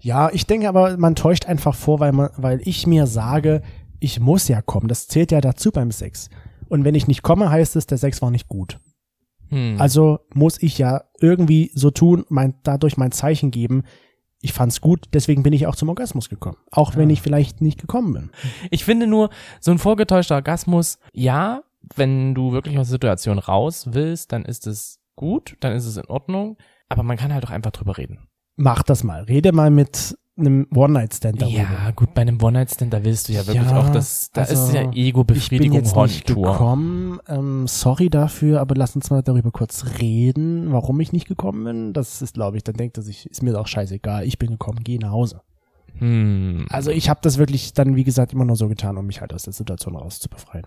S1: Ja, ich denke aber, man täuscht einfach vor, weil, man, weil ich mir sage, ich muss ja kommen. Das zählt ja dazu beim Sex. Und wenn ich nicht komme, heißt es, der Sex war nicht gut.
S3: Hm.
S1: Also muss ich ja irgendwie so tun, mein, dadurch mein Zeichen geben, ich fand's gut, deswegen bin ich auch zum Orgasmus gekommen. Auch wenn
S3: Ah.
S1: ich vielleicht nicht gekommen bin.
S3: Ich finde nur, so ein vorgetäuschter Orgasmus, ja, wenn du wirklich aus der Situation raus willst, dann ist es gut, dann ist es in Ordnung, aber man kann halt auch einfach drüber reden.
S1: Mach das mal. Rede mal mit einem One-Night-Stand darüber.
S3: Ja, gut, bei einem One-Night-Stand, da willst du ja wirklich
S1: Ja,
S3: auch das, da ist
S1: also,
S3: ja
S1: ich bin
S3: Ego-Befriedigung
S1: jetzt nicht
S3: Horntour.
S1: gekommen. Ähm, sorry dafür, aber lass uns mal darüber kurz reden, warum ich nicht gekommen bin. Das ist, glaube ich, dann denkt er sich, ist mir doch scheißegal, ich bin gekommen, geh nach Hause.
S3: Hm.
S1: Also ich habe das wirklich dann, wie gesagt, immer nur so getan, um mich halt aus der Situation rauszubefreien.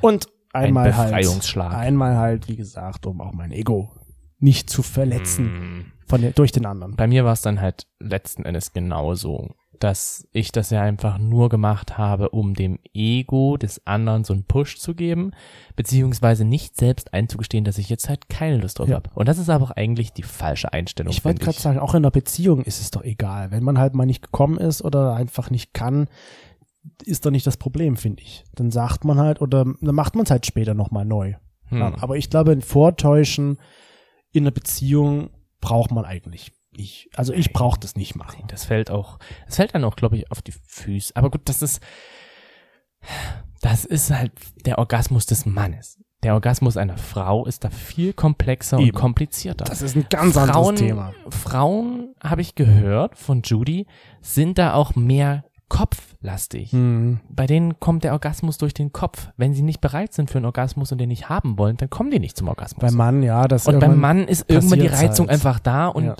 S1: Und einmal
S3: Ein
S1: halt,
S3: Befreiungsschlag.
S1: einmal halt, wie gesagt, um auch mein Ego nicht zu verletzen
S3: Mm.
S1: von der, durch den anderen.
S3: Bei mir war es dann halt letzten Endes genauso. dass ich das ja einfach nur gemacht habe, um dem Ego des anderen so einen Push zu geben, beziehungsweise nicht selbst einzugestehen, dass ich jetzt halt keine Lust drauf
S1: Ja.
S3: habe. Und das ist aber auch eigentlich die falsche Einstellung.
S1: Ich wollte
S3: find
S1: gerade sagen, auch in einer Beziehung ist es doch egal. Wenn man halt mal nicht gekommen ist oder einfach nicht kann, ist doch nicht das Problem, finde ich. Dann sagt man halt oder dann macht man es halt später nochmal neu.
S3: Hm.
S1: Ja, aber ich glaube, ein Vortäuschen in einer Beziehung braucht man eigentlich nicht. Also ich brauche das nicht machen.
S3: Das fällt auch, das fällt dann auch, glaube ich, auf die Füße. Aber gut, das ist, das ist halt der Orgasmus des Mannes. Der Orgasmus einer Frau ist da viel komplexer und
S1: Eben.
S3: komplizierter.
S1: Das ist ein ganz
S3: Frauen,
S1: anderes Thema.
S3: Frauen, habe ich gehört von Judy, sind da auch mehr kopflastig.
S1: Hm.
S3: Bei denen kommt der Orgasmus durch den Kopf. Wenn sie nicht bereit sind für einen Orgasmus und den nicht haben wollen, dann kommen die nicht zum Orgasmus.
S1: Beim Mann, ja, das
S3: Und beim
S1: irgendwann-
S3: Mann ist irgendwann die
S1: passiert's
S3: Reizung
S1: halt.
S3: einfach da und
S1: Ja.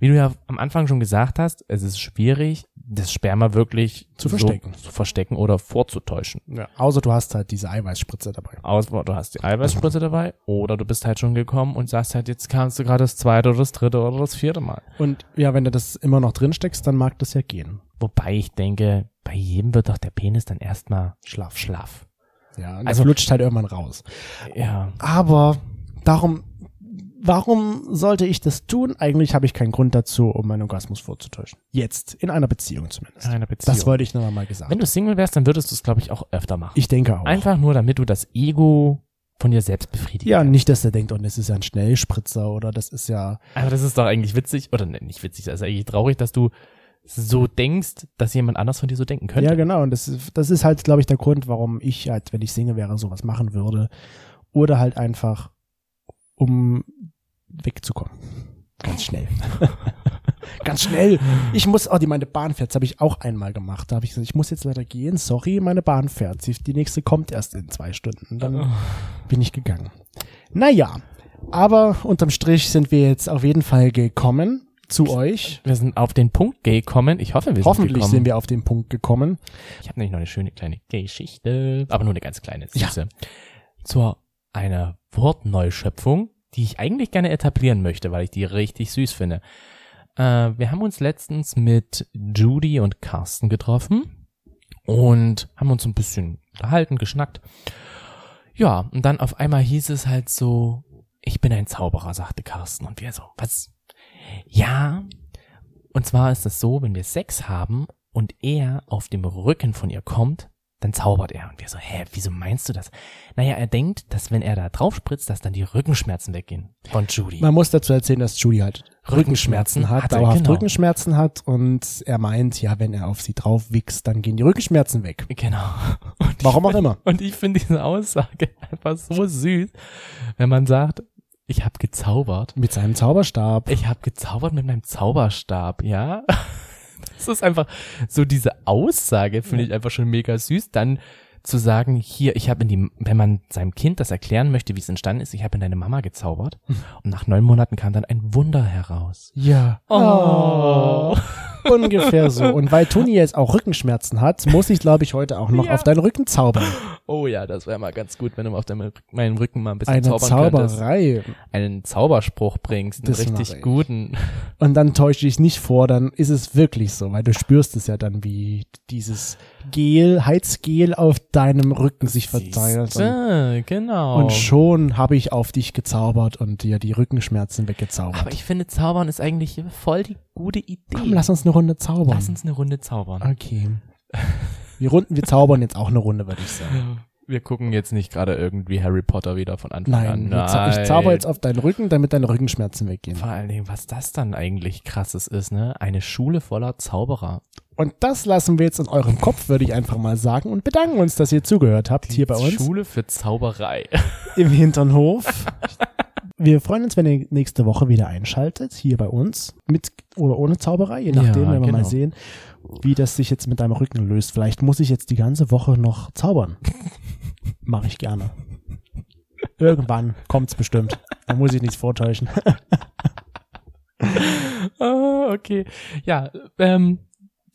S3: wie du ja am Anfang schon gesagt hast, es ist schwierig, das Sperma wirklich
S1: Zu verstecken.
S3: So zu verstecken oder vorzutäuschen.
S1: Ja, außer du hast halt diese Eiweißspritze dabei.
S3: Außer du hast die Eiweißspritze dabei oder du bist halt schon gekommen und sagst halt, jetzt kannst du gerade das zweite oder das dritte oder das vierte Mal.
S1: Und ja, wenn du das immer noch drin steckst, dann mag das ja gehen.
S3: Wobei ich denke, bei jedem wird doch der Penis dann erstmal
S1: Schlaf.
S3: schlaff.
S1: Ja, und
S3: Also-
S1: das lutscht halt irgendwann raus.
S3: Ja.
S1: Aber darum, warum sollte ich das tun? Eigentlich habe ich keinen Grund dazu, um meinen Orgasmus vorzutäuschen. Jetzt, in einer Beziehung zumindest.
S3: In einer Beziehung.
S1: Das wollte ich noch mal gesagt.
S3: Wenn du Single wärst, dann würdest du es, glaube ich, auch öfter machen.
S1: ich denke auch.
S3: Einfach nur, damit du das Ego von dir selbst befriedigst.
S1: ja, nicht, dass er denkt, oh, das ist ja ein Schnellspritzer oder das ist ja.
S3: Aber das ist doch eigentlich witzig, oder ne, nicht witzig, das ist eigentlich traurig, dass du so denkst, dass jemand anders von dir so denken könnte.
S1: Ja, genau. Und das, ist- das ist halt, glaube ich, der Grund, warum ich halt, wenn ich Single wäre, sowas machen würde. Oder halt einfach, um wegzukommen. Ganz schnell. Ganz schnell. Ich muss, oh, die meine Bahn fährt. Das habe ich auch einmal gemacht. Da habe ich gesagt, ich muss jetzt leider gehen. Sorry, meine Bahn fährt. Die die nächste kommt erst in zwei Stunden. Dann
S3: Oh.
S1: bin ich gegangen. Naja, aber unterm Strich sind wir jetzt auf jeden Fall gekommen zu euch.
S3: Wir sind auf den Punkt gekommen. Ich hoffe, wir
S1: Hoffentlich
S3: sind
S1: sind
S3: gekommen.
S1: wir auf den Punkt gekommen.
S3: Ich habe nämlich noch eine schöne kleine Geschichte, aber nur eine ganz kleine. Süße. Zu einer Wortneuschöpfung, die ich eigentlich gerne etablieren möchte, weil ich die richtig süß finde. Äh, wir haben uns letztens mit Judy und Carsten getroffen und haben uns ein bisschen unterhalten, geschnackt. Ja, und dann auf einmal hieß es halt so, ich bin ein Zauberer, sagte Carsten. Und wir so, was? Ja. Und zwar ist es so, wenn wir Sex haben und er auf dem Rücken von ihr kommt, dann zaubert er. Und wir so, hä, wieso meinst du das? Naja, er denkt, dass wenn er da drauf spritzt, dass dann die Rückenschmerzen weggehen. Von Judy.
S1: Man muss dazu erzählen, dass Judy halt
S3: Rückenschmerzen
S1: Rückenschmerzen hat,
S3: hatte,
S1: dauerhaft
S3: genau.
S1: Rückenschmerzen hat und er meint, ja, wenn er auf sie drauf wichst, dann gehen die Rückenschmerzen weg.
S3: Genau. Und
S1: Warum
S3: ich,
S1: auch immer.
S3: Und ich finde diese Aussage einfach so süß, wenn man sagt, ich habe gezaubert.
S1: Mit seinem Zauberstab.
S3: Ich habe gezaubert mit meinem Zauberstab, ja. Das ist einfach so diese Aussage finde ich einfach schon mega süß. Dann zu sagen, hier, ich habe in die, wenn man seinem Kind das erklären möchte, wie es entstanden ist, ich habe in deine Mama gezaubert und nach neun Monaten kam dann ein Wunder heraus.
S1: Ja. Oh.
S3: Oh.
S1: Ungefähr so. Und weil Toni jetzt auch Rückenschmerzen hat, muss ich, glaube ich, heute auch noch
S3: Ja.
S1: auf deinen Rücken zaubern.
S3: Oh ja, das wäre mal ganz gut, wenn du mal auf deinem, meinen Rücken mal ein bisschen
S1: Eine
S3: zaubern könntest.
S1: Zauberei.
S3: einen Zauberspruch bringst, einen
S1: Das
S3: richtig
S1: mach ich.
S3: guten.
S1: Und dann täusche ich nicht vor, dann ist es wirklich so, weil du spürst es ja dann, wie dieses Gel, Heizgel auf deinem Rücken sich verteilt. Und,
S3: Ah, genau.
S1: und schon habe ich auf dich gezaubert und dir die Rückenschmerzen
S3: Aber
S1: weggezaubert.
S3: ich finde, zaubern ist eigentlich voll die gute Idee.
S1: Komm, lass uns eine Runde zaubern.
S3: Lass uns eine Runde zaubern.
S1: okay. Wir runden, wir zaubern jetzt auch eine Runde, würde ich sagen.
S3: Wir gucken jetzt nicht gerade irgendwie Harry Potter wieder von Anfang an.
S1: Nein, wir za- ich zauber jetzt auf deinen Rücken, damit deine Rückenschmerzen weggehen.
S3: Vor allen Dingen, was das dann eigentlich krasses ist, ne? Eine Schule voller Zauberer.
S1: Und das lassen wir jetzt in eurem Kopf, würde ich einfach mal sagen, und bedanken uns, dass ihr zugehört habt hier bei uns.
S3: Schule für Zauberei.
S1: im Hinternhof. Wir freuen uns, wenn ihr nächste Woche wieder einschaltet, hier bei uns, mit oder ohne Zauberei, je nachdem,
S3: Ja,
S1: wenn wir
S3: genau.
S1: mal sehen, wie das sich jetzt mit deinem Rücken löst. Vielleicht muss ich jetzt die ganze Woche noch zaubern. Mache ich gerne. Irgendwann kommt's bestimmt. Da muss ich nichts vortäuschen.
S3: Ah, okay. Ja, ähm,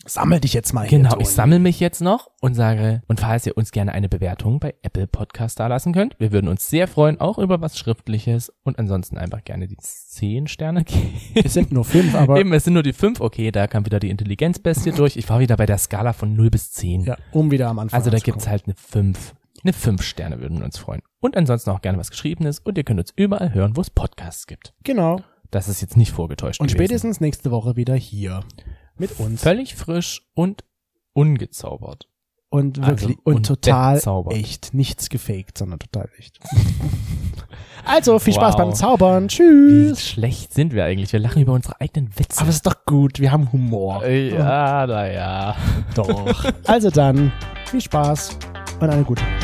S1: Sammel dich jetzt mal hier.
S3: Genau,
S1: Toni.
S3: ich sammle mich jetzt noch und sage, und falls ihr uns gerne eine Bewertung bei Apple Podcast dalassen könnt, wir würden uns sehr freuen, auch über was Schriftliches und ansonsten einfach gerne die 10 Sterne geben.
S1: Es sind nur fünf, aber
S3: Eben, es sind nur die 5, okay, da kam wieder die Intelligenzbestie durch. Ich war wieder bei der Skala von 0 bis 10.
S1: ja, um wieder am Anfang
S3: also da
S1: anzukommen.
S3: gibt's halt eine 5. Eine 5 Sterne würden wir uns freuen. Und ansonsten auch gerne was Geschriebenes und ihr könnt uns überall hören, wo es Podcasts gibt.
S1: Genau.
S3: Das ist jetzt nicht vorgetäuscht
S1: Und
S3: gewesen.
S1: spätestens nächste Woche wieder hier. Mit uns.
S3: Völlig frisch und ungezaubert.
S1: Und
S3: Also,
S1: wirklich und,
S3: und
S1: total
S3: bezaubert.
S1: echt. Nichts gefaked, sondern total echt. also, viel Spaß
S3: Wow.
S1: beim Zaubern.
S3: Wie
S1: Tschüss.
S3: schlecht sind wir eigentlich? Wir lachen über unsere eigenen Witze.
S1: Aber es ist doch gut. Wir haben
S3: Äh,
S1: Humor.
S3: ja, naja.
S1: Doch. also dann, viel Spaß und eine gute Nacht.